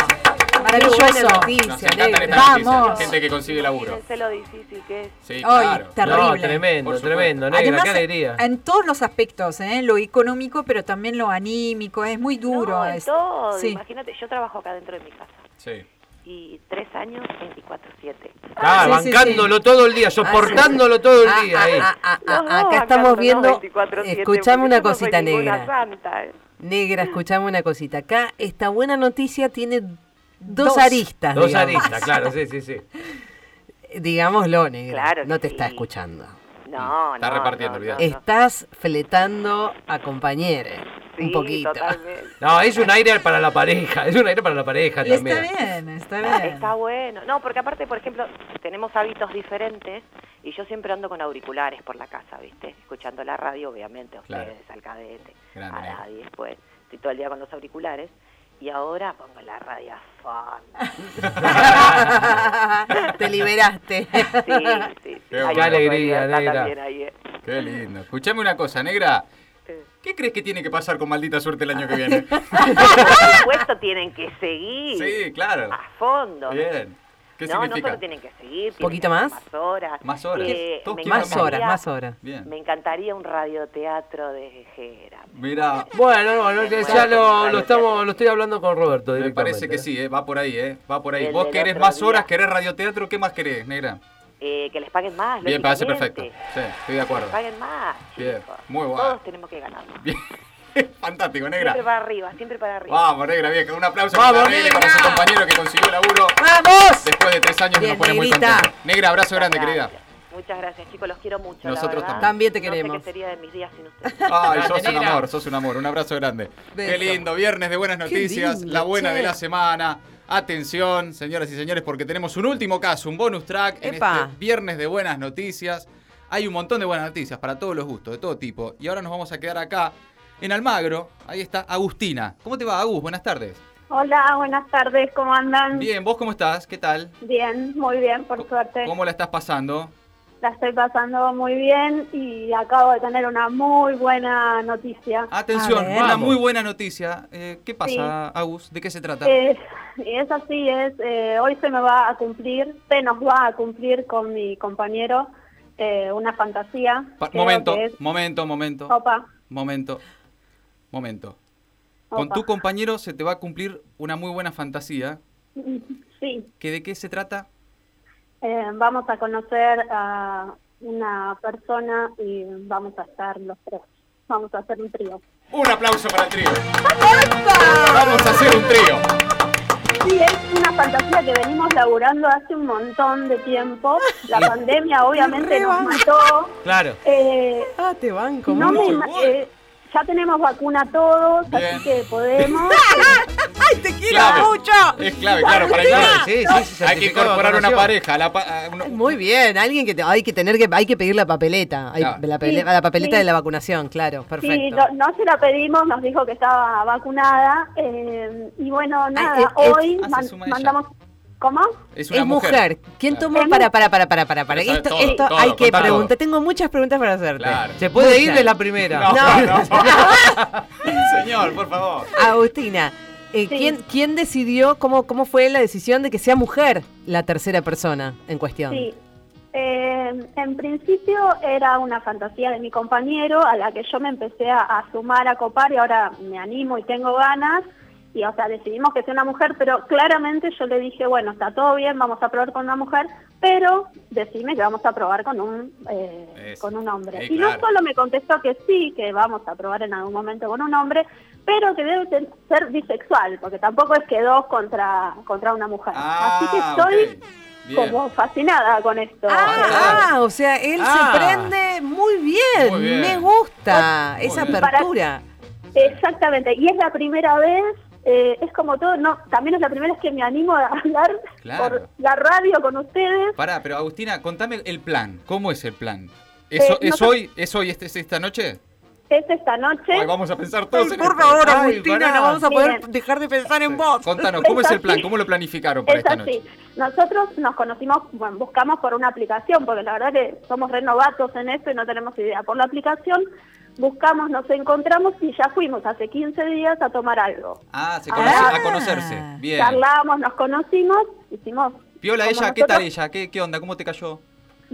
Speaker 4: Maravilloso.
Speaker 5: Maravilloso.
Speaker 2: Nos
Speaker 4: noticia,
Speaker 2: encantan
Speaker 4: negra.
Speaker 2: estas noticias.
Speaker 5: eh. Vamos.
Speaker 2: Gente que consigue laburo.
Speaker 6: Fíjense lo difícil que es.
Speaker 2: Sí,
Speaker 5: Ay,
Speaker 2: claro.
Speaker 5: terrible.
Speaker 3: No,
Speaker 2: Por
Speaker 3: tremendo,
Speaker 2: supuesto.
Speaker 3: tremendo, negra, qué alegría.
Speaker 5: en todos los aspectos, ¿eh? lo económico, pero también lo anímico, es muy duro.
Speaker 6: No, en
Speaker 5: es,
Speaker 6: todo.
Speaker 5: sí.
Speaker 6: Imagínate, yo trabajo acá dentro de mi casa.
Speaker 2: Sí.
Speaker 6: Y tres años, 24-7.
Speaker 3: Ah,
Speaker 5: Sí, sí, sí.
Speaker 3: bancándolo todo el día, soportándolo todo el día. eh.
Speaker 4: Ah,
Speaker 3: ahí.
Speaker 4: ah, ah, ah,
Speaker 6: Los
Speaker 4: ah,
Speaker 6: dos
Speaker 4: acá estamos
Speaker 6: bancando, ¿no?
Speaker 4: viendo.
Speaker 6: 24/7,
Speaker 4: Escuchame
Speaker 6: porque
Speaker 4: una
Speaker 6: yo no soy
Speaker 4: cosita,
Speaker 6: ninguna
Speaker 4: negra.
Speaker 6: santa, ¿eh?
Speaker 4: Negra, escuchame una cosita. Acá esta buena noticia tiene dos,
Speaker 5: Dos.
Speaker 4: aristas.
Speaker 3: Dos
Speaker 4: digamos.
Speaker 3: aristas, claro, sí, sí, sí.
Speaker 4: *laughs* digámoslo, negro,
Speaker 9: Claro
Speaker 4: no
Speaker 9: que
Speaker 4: te está
Speaker 9: sí.
Speaker 4: escuchando.
Speaker 9: No,
Speaker 2: Está
Speaker 9: no,
Speaker 2: repartiendo,
Speaker 9: no,
Speaker 2: olvidate.
Speaker 9: no, no.
Speaker 4: Estás fletando a compañeros
Speaker 9: Sí,
Speaker 4: un poquito. *laughs*
Speaker 9: totalmente.
Speaker 3: No, es un aire para la pareja, es un aire para la pareja
Speaker 5: Y
Speaker 3: también.
Speaker 5: está bien, está
Speaker 9: Ah,
Speaker 5: bien.
Speaker 9: Está bueno. No, porque aparte, por ejemplo, tenemos hábitos diferentes y yo siempre ando con auriculares por la casa, ¿viste? Escuchando la radio, obviamente, a
Speaker 2: Claro.
Speaker 9: ustedes, al cadete,
Speaker 2: Grande,
Speaker 9: a
Speaker 2: negro.
Speaker 9: nadie, pues. Estoy todo el día con los auriculares y ahora pongo la radio a fondo.
Speaker 2: *laughs*
Speaker 4: *laughs* Te liberaste.
Speaker 9: Sí, sí. sí.
Speaker 2: Qué
Speaker 9: Hay
Speaker 2: bueno.
Speaker 9: una
Speaker 3: alegría,
Speaker 9: solidaridad
Speaker 3: negra.
Speaker 9: también ahí, eh.
Speaker 2: *laughs* Qué lindo. Escuchame una cosa, negra. ¿Qué crees que tiene que pasar con maldita suerte el año que
Speaker 9: *laughs*
Speaker 2: viene?
Speaker 9: Por supuesto, tienen que seguir
Speaker 2: Sí, claro.
Speaker 9: a fondo.
Speaker 2: Bien. ¿Qué
Speaker 9: Ah, no, no
Speaker 2: significa?
Speaker 9: solo tienen que seguir.
Speaker 4: ¿Poquito
Speaker 9: tienen que
Speaker 4: más?
Speaker 9: hacer Más horas.
Speaker 2: Más horas.
Speaker 9: Eh,
Speaker 2: Todos
Speaker 9: me
Speaker 2: quieren
Speaker 4: más horas,
Speaker 9: encantaría-
Speaker 4: más horas.
Speaker 2: Bien.
Speaker 9: Me encantaría un radioteatro de Jera. *laughs*
Speaker 2: Mira,
Speaker 3: Bueno, bueno, ya- ya lo, lo estamos, lo estoy hablando con Roberto
Speaker 2: me
Speaker 3: directamente.
Speaker 2: parece que sí, eh, va por ahí, eh, va por ahí.
Speaker 9: El
Speaker 2: Vos
Speaker 9: del
Speaker 2: querés
Speaker 9: otro
Speaker 2: más
Speaker 9: día.
Speaker 2: horas, querés radioteatro, ¿qué más querés, negra?
Speaker 9: Eh, que les paguen más.
Speaker 2: Bien, parece perfecto.
Speaker 9: lógicamente.
Speaker 2: Sí, estoy de
Speaker 9: Que
Speaker 2: acuerdo.
Speaker 9: les paguen más.
Speaker 2: Bien,
Speaker 9: chicos.
Speaker 2: muy bueno.
Speaker 9: Todos tenemos que ganar más.
Speaker 2: Bien. *laughs* Fantástico, negra.
Speaker 9: Siempre para arriba, siempre para arriba.
Speaker 2: Vamos, negra, vieja. Un aplauso
Speaker 3: Vamos,
Speaker 2: para Negra y para su
Speaker 3: negra.
Speaker 2: compañero que consiguió laburo
Speaker 4: ¡Vamos!
Speaker 2: después de tres años que
Speaker 4: Bien,
Speaker 2: nos pone muy
Speaker 4: negrita.
Speaker 2: contentos. Negra, abrazo
Speaker 9: Muchas
Speaker 2: grande, querida.
Speaker 9: gracias. Muchas gracias, chicos. Los quiero mucho. la
Speaker 2: Ah. Nosotros
Speaker 9: verdad.
Speaker 4: También
Speaker 2: también.
Speaker 4: te
Speaker 9: No sé
Speaker 4: queremos.
Speaker 9: qué sería de mis días sin ustedes.
Speaker 2: *laughs* Ay,
Speaker 3: Grande,
Speaker 2: sos un
Speaker 3: negra.
Speaker 2: amor, sos un amor. Un abrazo grande.
Speaker 4: Beso.
Speaker 2: Qué lindo, viernes de buenas noticias,
Speaker 4: lindo,
Speaker 2: la buena
Speaker 4: che.
Speaker 2: de la semana. Atención, señoras y señores, porque tenemos un último caso, un bonus track en
Speaker 4: Epa.
Speaker 2: este viernes de buenas noticias. Hay un montón de buenas noticias para todos los gustos, de todo tipo. Y ahora nos vamos a quedar acá en Almagro. Ahí está Agustina. ¿Cómo te va, Agus? Buenas tardes.
Speaker 6: Hola, buenas tardes, ¿cómo andan?
Speaker 2: Bien, ¿vos cómo estás? ¿Qué tal?
Speaker 6: Bien, muy bien, por suerte.
Speaker 2: ¿Cómo la estás pasando?
Speaker 6: La estoy pasando muy bien y acabo de tener una muy buena noticia.
Speaker 2: Atención,
Speaker 5: A ver.
Speaker 2: una
Speaker 3: Vamos.
Speaker 2: muy buena noticia. Eh, ¿Qué pasa,
Speaker 6: Sí.
Speaker 2: Agus? ¿De qué se trata?
Speaker 6: Eh, y es así, es, eh, hoy se me va a cumplir, se nos va a cumplir con mi compañero eh, una fantasía.
Speaker 2: Pa-
Speaker 6: Creo
Speaker 2: momento,
Speaker 6: que es-
Speaker 2: momento, momento,
Speaker 6: Opa,
Speaker 2: momento, momento. Con
Speaker 6: opa.
Speaker 2: tu compañero se te va a cumplir una muy buena fantasía.
Speaker 6: Sí,
Speaker 2: ¿Que ¿De qué se trata?
Speaker 6: eh, vamos a conocer a una persona y vamos a estar los tres. Vamos a hacer un trío.
Speaker 2: Un aplauso para el trío. Vamos a hacer un trío.
Speaker 6: Sí, es una fantasía que venimos laburando hace un montón de tiempo. La pandemia obviamente nos mató.
Speaker 3: Claro.
Speaker 6: Eh,
Speaker 4: Ah, te banco.
Speaker 6: no me
Speaker 4: mucho.
Speaker 6: ima- eh, ya tenemos vacuna todos,
Speaker 2: Bien.
Speaker 6: así que podemos.
Speaker 2: *laughs* Clave. Es clave, claro, para
Speaker 3: Claro,
Speaker 2: que
Speaker 3: sí, sí, sí,
Speaker 2: Hay que
Speaker 3: certificado de
Speaker 2: incorporar una
Speaker 3: vacunación.
Speaker 2: pareja. la pa- a uno-
Speaker 4: Muy bien, alguien que te- hay que tener que hay que pedir la papeleta, hay-
Speaker 2: Claro.
Speaker 4: la, pele-
Speaker 6: Sí,
Speaker 4: la papeleta
Speaker 6: sí.
Speaker 4: de la vacunación, claro, perfecto.
Speaker 6: Sí, no, no se la pedimos, nos dijo que estaba vacunada. eh, y bueno, nada,
Speaker 4: eh, eh,
Speaker 6: hoy
Speaker 2: ah, se
Speaker 6: man-
Speaker 2: suma ella.
Speaker 6: mandamos. ¿Cómo?
Speaker 4: es
Speaker 2: Es una
Speaker 4: mujer. ¿Quién
Speaker 2: Claro.
Speaker 4: tomó?
Speaker 6: Es
Speaker 4: Para,
Speaker 6: mu-
Speaker 4: para, para, para, para, para.
Speaker 2: Pero sabe
Speaker 4: Esto,
Speaker 2: todo,
Speaker 4: esto
Speaker 2: todo,
Speaker 4: hay que
Speaker 2: contá todo.
Speaker 4: preguntar. Tengo muchas preguntas para hacerte.
Speaker 2: Claro.
Speaker 3: Se puede ir
Speaker 4: Muchas.
Speaker 3: de la primera. Ah,
Speaker 2: No,
Speaker 4: *laughs* No.
Speaker 2: no, Señor, por favor.
Speaker 4: Agustina, eh, ¿quién, ¿quién decidió, cómo, cómo fue la decisión de que sea mujer la tercera persona en cuestión?
Speaker 6: Sí. Eh, en principio era una fantasía de mi compañero a la que yo me empecé a, a sumar, a copar y ahora me animo y tengo ganas. Y o sea, decidimos que sea una mujer, pero claramente yo le dije, bueno, está todo bien, vamos a probar con una mujer, pero decime que vamos a probar con un, eh,
Speaker 2: Eso.
Speaker 6: con un hombre.
Speaker 2: Eh,
Speaker 6: y
Speaker 2: claro.
Speaker 6: no solo me contestó que sí, que vamos a probar en algún momento con un hombre, pero que debe ten- ser bisexual, porque tampoco es que dos contra, contra una mujer. Así que
Speaker 2: Ah,
Speaker 6: estoy
Speaker 2: ok. Bien.
Speaker 6: como fascinada con esto.
Speaker 4: Ah, ah, o sea, él
Speaker 3: Ah.
Speaker 4: se prende muy bien.
Speaker 2: Muy bien. Oh,
Speaker 4: Me gusta
Speaker 2: Muy
Speaker 4: esa
Speaker 2: bien.
Speaker 4: apertura.
Speaker 6: Exactamente, y es la primera vez, eh, es como todo, no, también es la primera vez que me animo a hablar
Speaker 3: Ah.
Speaker 2: Claro.
Speaker 6: por la radio con ustedes.
Speaker 2: Pará, pero Agustina, contame el plan. ¿Cómo es el plan? ¿Es,
Speaker 6: Eh,
Speaker 2: es
Speaker 6: no sé-
Speaker 2: hoy? ¿Es hoy este- es esta noche?
Speaker 6: Es esta noche.
Speaker 2: Ay, vamos a pensar todos en esto.
Speaker 3: Ay, pará.
Speaker 4: a
Speaker 6: Miren.
Speaker 4: dejar de pensar en vos.
Speaker 2: *laughs* Contanos, ¿cómo es el plan?
Speaker 6: así.
Speaker 2: ¿Cómo lo planificaron para
Speaker 6: Es
Speaker 2: esta
Speaker 6: así.
Speaker 2: noche?
Speaker 6: Nosotros nos conocimos, bueno, buscamos por una aplicación, porque la verdad que somos renovatos en esto y no tenemos idea. Por la aplicación buscamos, nos encontramos y ya fuimos hace 15 días a tomar algo.
Speaker 2: Ah, se
Speaker 6: Ah.
Speaker 2: conoce, a conocerse. Bien.
Speaker 6: Charlábamos, nos conocimos, hicimos...
Speaker 2: Piola
Speaker 6: como
Speaker 2: ella, ¿qué tal
Speaker 6: nosotros-
Speaker 2: ella? ¿Qué, qué onda? ¿Cómo te cayó?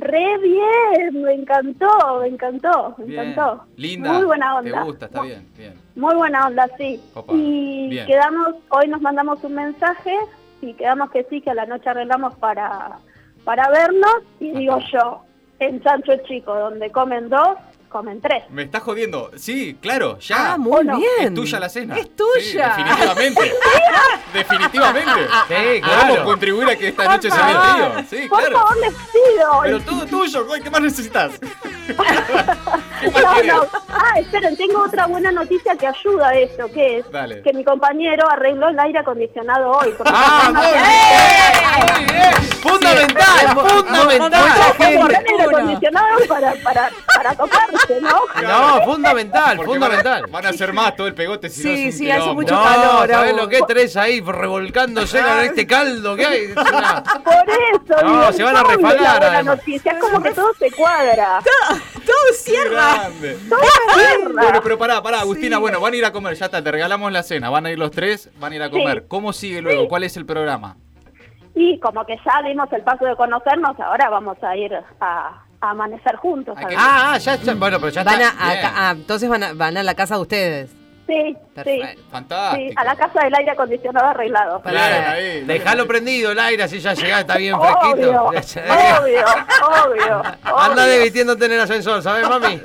Speaker 6: Re bien, me encantó, me encantó, me
Speaker 2: Bien.
Speaker 6: encantó.
Speaker 2: Linda.
Speaker 6: Muy buena onda.
Speaker 2: Te gusta, está
Speaker 6: Mu-
Speaker 2: bien, bien.
Speaker 6: Muy buena onda, sí.
Speaker 2: Opa,
Speaker 6: Y
Speaker 2: bien.
Speaker 6: quedamos, hoy nos mandamos un mensaje y quedamos que sí, que a la noche arreglamos para, para vernos. Y digo yo, en Chancho Chico, donde comen dos, comen tres.
Speaker 2: Me estás jodiendo. Sí, claro, ya.
Speaker 4: Ah, muy bien.
Speaker 2: Es tuya la cena.
Speaker 5: Es tuya.
Speaker 2: Sí,
Speaker 6: *laughs*
Speaker 2: definitivamente.
Speaker 5: *laughs*
Speaker 2: definitivamente.
Speaker 3: Sí,
Speaker 2: Podemos
Speaker 3: claro.
Speaker 2: contribuir a que esta noche se vea el tío. Sí,
Speaker 6: Por
Speaker 2: claro.
Speaker 6: favor, les pido.
Speaker 2: Pero todo tuyo, güey, ¿qué más necesitas?
Speaker 6: *laughs*
Speaker 2: ¿Qué más
Speaker 6: No,
Speaker 2: querés?
Speaker 6: no. Ah, esperen, tengo otra buena noticia que ayuda a esto, que es
Speaker 2: Dale.
Speaker 6: que mi compañero arregló el aire acondicionado hoy. porque ¡Eh!
Speaker 2: ¡Ah, muy bien! Muy bien. Fundamental,
Speaker 3: Mo-
Speaker 5: mucha
Speaker 3: fundamental.
Speaker 6: tenía que poner
Speaker 5: gente.
Speaker 6: el aire acondicionado para, para, para tocarse, ¿no?
Speaker 3: No, fundamental,
Speaker 2: Porque
Speaker 3: fundamental.
Speaker 2: Van a, van a hacer más todo el pegote. Si no
Speaker 5: Sí,
Speaker 2: es un
Speaker 5: sí, hace
Speaker 2: quilombo.
Speaker 5: mucho Ah.
Speaker 3: No,
Speaker 5: calor,
Speaker 3: ¿sabés
Speaker 5: Agus.
Speaker 3: lo que es tres ahí revolcándose
Speaker 2: Ah.
Speaker 3: con este caldo que hay? Es
Speaker 5: *laughs*
Speaker 3: una- *laughs*
Speaker 6: Por eso.
Speaker 3: No,
Speaker 6: digo,
Speaker 3: se van a
Speaker 6: ¿cómo es la
Speaker 3: refalar,
Speaker 6: buena
Speaker 3: además.
Speaker 6: noticia, es como que todo se cuadra.
Speaker 5: Todo
Speaker 2: Qué
Speaker 5: cierra.
Speaker 2: grande.
Speaker 6: Todo
Speaker 2: Bueno,
Speaker 6: cierra.
Speaker 2: pero pará, pará, Agustina, bueno, van a ir a comer, ya está, te regalamos la cena, van a ir los tres, van a ir a comer.
Speaker 6: Sí.
Speaker 2: ¿Cómo sigue luego? ¿Cuál es el programa?
Speaker 6: Y como que ya dimos el paso de conocernos, ahora vamos a ir a, a amanecer juntos.
Speaker 2: Ay,
Speaker 6: a ver.
Speaker 3: Ah, ah, ya, ya, bueno, pero ya
Speaker 4: Van a,
Speaker 3: está.
Speaker 4: a
Speaker 2: bien.
Speaker 4: ca- ah, entonces van a, van a la casa de ustedes.
Speaker 6: sí, sí,
Speaker 4: Perfecto.
Speaker 2: Fantástico.
Speaker 6: sí, a la casa del aire acondicionado arreglado.
Speaker 4: Para-
Speaker 2: Claro,
Speaker 4: Pará.
Speaker 2: ahí.
Speaker 3: Dejalo prendido el aire, así ya llegás, está bien *laughs*
Speaker 6: Obvio,
Speaker 3: fresquito.
Speaker 6: obvio, obvio,
Speaker 3: Anda
Speaker 6: obvio.
Speaker 3: desvistiéndote en el ascensor, ¿sabes,
Speaker 6: *laughs*
Speaker 3: mami?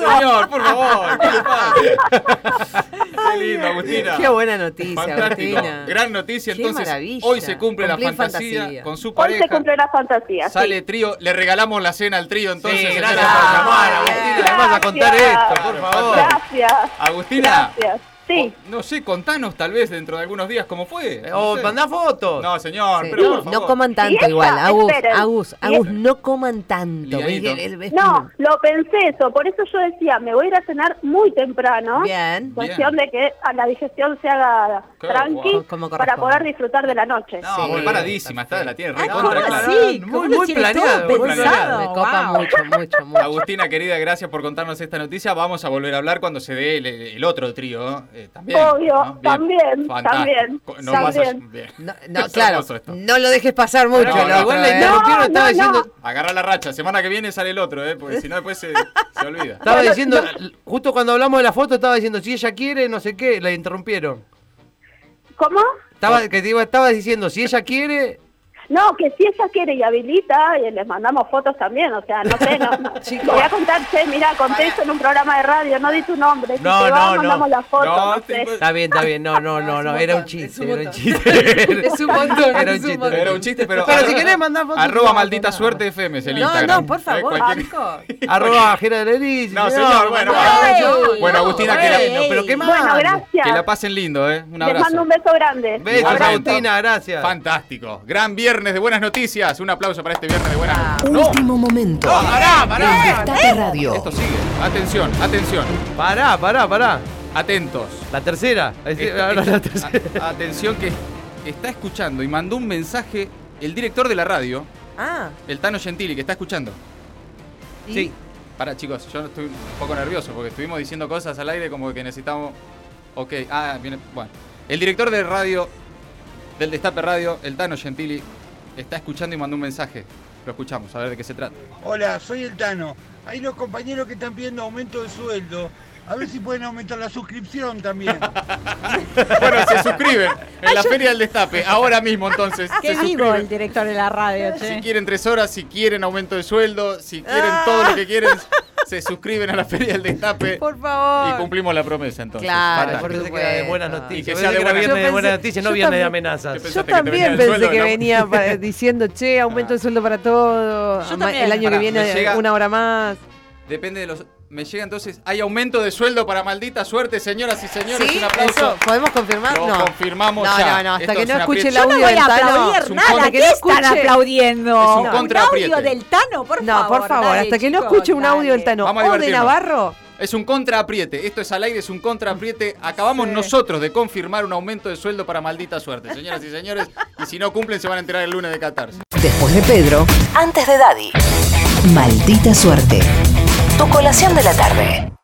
Speaker 2: Señor, por favor, ¿qué le pasa? Qué lindo, Agustina.
Speaker 4: Qué buena noticia,
Speaker 2: Fantástico.
Speaker 4: Agustina.
Speaker 2: Gran noticia,
Speaker 4: Qué
Speaker 2: entonces
Speaker 4: maravilla.
Speaker 2: hoy se cumple la
Speaker 4: Cumplir
Speaker 2: fantasía,
Speaker 4: fantasía.
Speaker 2: con su
Speaker 6: Hoy
Speaker 2: pareja.
Speaker 6: se cumple la fantasía. sí.
Speaker 2: Sale trío, le regalamos la cena al trío entonces.
Speaker 3: Sí,
Speaker 2: en
Speaker 3: gracias
Speaker 2: esta
Speaker 3: por
Speaker 2: noche.
Speaker 3: llamar, Agustina. Le vas a contar esto, por
Speaker 2: Claro,
Speaker 3: favor.
Speaker 6: Gracias.
Speaker 2: Agustina.
Speaker 6: Gracias. Sí.
Speaker 2: o- no sé, contanos tal vez dentro de algunos días cómo fue.
Speaker 3: O
Speaker 2: sé.
Speaker 3: mandá fotos.
Speaker 2: No, señor,
Speaker 4: Eh, oh, Sí.
Speaker 2: pero por
Speaker 4: no
Speaker 2: favor.
Speaker 4: coman tanto
Speaker 6: esta,
Speaker 4: igual, Agus,
Speaker 6: esperen.
Speaker 4: Agus,
Speaker 6: Y
Speaker 4: Agus, no coman tanto.
Speaker 2: Livianito.
Speaker 4: ¿ves? El- el-
Speaker 6: No, lo pensé eso, por eso yo decía, me voy a ir a cenar muy temprano.
Speaker 4: Bien.
Speaker 6: Cuestión de que a la digestión se haga
Speaker 2: Claro,
Speaker 6: tranqui
Speaker 4: wow. Como corresponde.
Speaker 6: para poder disfrutar de la noche.
Speaker 2: No,
Speaker 4: Sí,
Speaker 2: preparadísima está, la tiene
Speaker 5: Ah,
Speaker 2: recontra
Speaker 5: ¿cómo
Speaker 2: clara.
Speaker 5: así?
Speaker 3: Muy-
Speaker 5: ¿Cómo
Speaker 3: muy
Speaker 5: lo tiene
Speaker 3: planeado,
Speaker 5: todo
Speaker 3: muy
Speaker 5: pensado?
Speaker 3: planeado.
Speaker 4: Me copa
Speaker 5: Wow.
Speaker 4: mucho, mucho, mucho.
Speaker 2: Agustina, querida, gracias por contarnos esta noticia. Vamos a volver a hablar cuando se dé el, el otro trío. eh, también.
Speaker 6: Obvio,
Speaker 2: ¿no? Bien.
Speaker 6: también,
Speaker 2: Fantástico.
Speaker 6: también,
Speaker 2: Co- nos vas a-
Speaker 6: también.
Speaker 2: bien.
Speaker 4: No, no,
Speaker 2: *laughs* Es
Speaker 4: claro,
Speaker 2: hermoso esto.
Speaker 4: no lo dejes pasar mucho. Eh,
Speaker 2: No,
Speaker 4: lo-
Speaker 2: no,
Speaker 3: Igual
Speaker 2: otra
Speaker 3: la
Speaker 2: vez.
Speaker 3: interrumpieron,
Speaker 6: No,
Speaker 3: estaba
Speaker 6: no,
Speaker 3: diciendo,
Speaker 2: Agarra la racha. Semana que viene sale el otro, ¿eh? porque si no después se, se
Speaker 6: *laughs*
Speaker 2: olvida.
Speaker 3: estaba diciendo, justo cuando hablamos de la foto, estaba diciendo, si ella quiere, no sé qué, la interrumpieron.
Speaker 6: ¿Cómo?
Speaker 3: Estaba, que te iba, estaba diciendo, si ella quiere,
Speaker 6: No, que si ella quiere y habilita, y les mandamos fotos también, o sea, no sé, no, no. Te voy a contar, che, mira, conté esto en un programa de radio, no di tu nombre, si
Speaker 3: No,
Speaker 6: te
Speaker 3: no,
Speaker 6: va,
Speaker 3: no.
Speaker 6: mandamos la foto, no,
Speaker 2: No,
Speaker 6: sé.
Speaker 2: te-
Speaker 3: está bien, está bien, no, no, no, no, era un chiste, era un chiste.
Speaker 4: Es un montón,
Speaker 3: Era un
Speaker 4: es un
Speaker 3: chiste.
Speaker 4: montón.
Speaker 2: Era un chiste, pero.
Speaker 3: Pero si querés mandar fotos,
Speaker 2: Arroba
Speaker 3: no,
Speaker 2: maldita
Speaker 3: no.
Speaker 2: suerte FM es el
Speaker 5: No,
Speaker 2: Instagram.
Speaker 5: no, por
Speaker 2: Eh,
Speaker 5: favor,
Speaker 2: cualquier-
Speaker 5: chicos.
Speaker 3: Arroba Jera de la Iris.
Speaker 2: No, señor, bueno.
Speaker 5: no,
Speaker 2: bueno, Agustina,
Speaker 3: bueno,
Speaker 2: que, la,
Speaker 3: pero qué más.
Speaker 6: Bueno, gracias.
Speaker 2: que la pasen lindo, ¿eh? Un
Speaker 6: Les
Speaker 2: abrazo.
Speaker 6: mando un beso grande.
Speaker 3: Besos,
Speaker 2: Igualmente.
Speaker 3: Agustina, gracias.
Speaker 2: Fantástico. Gran viernes de buenas noticias. Un aplauso para este viernes de buenas noticias.
Speaker 1: Último momento.
Speaker 2: pará, pará. Eh.
Speaker 1: En Destape Radio.
Speaker 2: Esto sigue. Atención, atención.
Speaker 3: Pará, pará, pará.
Speaker 2: Atentos.
Speaker 3: La tercera. Es-
Speaker 2: Esto-
Speaker 3: ahora
Speaker 2: esto-
Speaker 3: la tercera.
Speaker 2: a- atención que está escuchando y mandó un mensaje el director de la radio,
Speaker 4: Ah,
Speaker 2: el Tano Gentili, que está escuchando.
Speaker 4: ¿y?
Speaker 3: Sí.
Speaker 2: Pará, chicos, yo estoy un poco nervioso porque estuvimos diciendo cosas al aire como que necesitamos. Ok, ah, viene. Bueno. El director de radio, del Destape Radio, el Tano Gentili, está escuchando y mandó un mensaje. Lo escuchamos, a ver de qué se trata.
Speaker 10: Hola, soy el Tano. Hay los compañeros que están pidiendo aumento de sueldo. A ver si pueden aumentar la suscripción también.
Speaker 2: Bueno, se suscriben
Speaker 5: *laughs*
Speaker 2: en la Feria del Destape, ahora mismo entonces.
Speaker 5: Qué
Speaker 2: se
Speaker 5: vivo
Speaker 2: suscriben.
Speaker 5: el eh. director de la radio,
Speaker 2: Si
Speaker 5: che.
Speaker 2: quieren tres horas, si quieren aumento de sueldo, si quieren todo lo que
Speaker 5: *laughs*
Speaker 2: quieren, se suscriben a la Feria del Destape
Speaker 5: Ah. Por
Speaker 2: y
Speaker 5: favor.
Speaker 2: cumplimos la promesa entonces.
Speaker 4: Claro,
Speaker 2: Fantástico.
Speaker 4: por
Speaker 3: Pensé que era de
Speaker 4: supuesto.
Speaker 3: buenas
Speaker 2: Ah, Y
Speaker 3: noticias.
Speaker 2: que
Speaker 3: Pensé
Speaker 2: sea de
Speaker 3: que era
Speaker 2: buenas-
Speaker 3: viernes de
Speaker 5: Yo
Speaker 3: buenas
Speaker 5: pensé-
Speaker 3: noticias, no
Speaker 5: yo
Speaker 3: viernes de
Speaker 5: también-
Speaker 3: amenazas.
Speaker 2: Yo
Speaker 4: Yo
Speaker 2: Pensaste que te venía
Speaker 4: también
Speaker 2: el
Speaker 4: pensé
Speaker 2: sueldo,
Speaker 4: que
Speaker 2: ¿no? Ah.
Speaker 4: venía para- diciendo, che, aumento el sueldo para todo,
Speaker 5: Yo
Speaker 4: ama-
Speaker 5: también.
Speaker 4: el año
Speaker 2: Pará,
Speaker 4: que viene
Speaker 2: me llega-
Speaker 4: una hora más.
Speaker 2: Depende de los. Me llega entonces. Hay aumento de sueldo para maldita suerte, señoras y señores.
Speaker 4: ¿Sí?
Speaker 2: Un aplauso.
Speaker 4: Eso, ¿Podemos confirmar?
Speaker 2: Lo
Speaker 4: no.
Speaker 2: confirmamos
Speaker 4: no, No,
Speaker 2: ya.
Speaker 4: no,
Speaker 2: Esto
Speaker 4: hasta que
Speaker 2: es
Speaker 4: no
Speaker 2: una
Speaker 4: escuche
Speaker 2: prie-
Speaker 4: el
Speaker 5: Yo no
Speaker 4: audio
Speaker 5: voy
Speaker 4: del
Speaker 5: a
Speaker 4: Tano.
Speaker 5: aplaudir
Speaker 2: un
Speaker 5: nada.
Speaker 2: contra-
Speaker 5: ¿Qué están
Speaker 2: Es
Speaker 5: aplaudiendo?
Speaker 2: un contra
Speaker 5: audio
Speaker 2: apriete.
Speaker 5: del Tano, por
Speaker 4: No,
Speaker 5: favor.
Speaker 4: por favor,
Speaker 5: dale,
Speaker 4: hasta que no
Speaker 5: chicos,
Speaker 4: escuche un audio del
Speaker 5: dale.
Speaker 4: Tano
Speaker 2: Vamos a
Speaker 4: o de
Speaker 2: divertirnos.
Speaker 4: Navarro.
Speaker 2: Es un contraapriete. Esto es al aire, es un contraapriete. Acabamos nosotros de confirmar un aumento de sueldo para maldita suerte, señoras y señores. Y si no cumplen, se van a enterar el lunes de catarse.
Speaker 1: Después de Pedro, antes de Daddy. Maldita suerte. Tu colación de la tarde.